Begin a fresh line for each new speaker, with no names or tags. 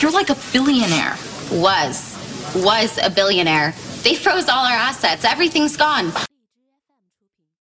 You're like a billionaire.
Was. Was a billionaire. They froze all our assets. Everything's gone.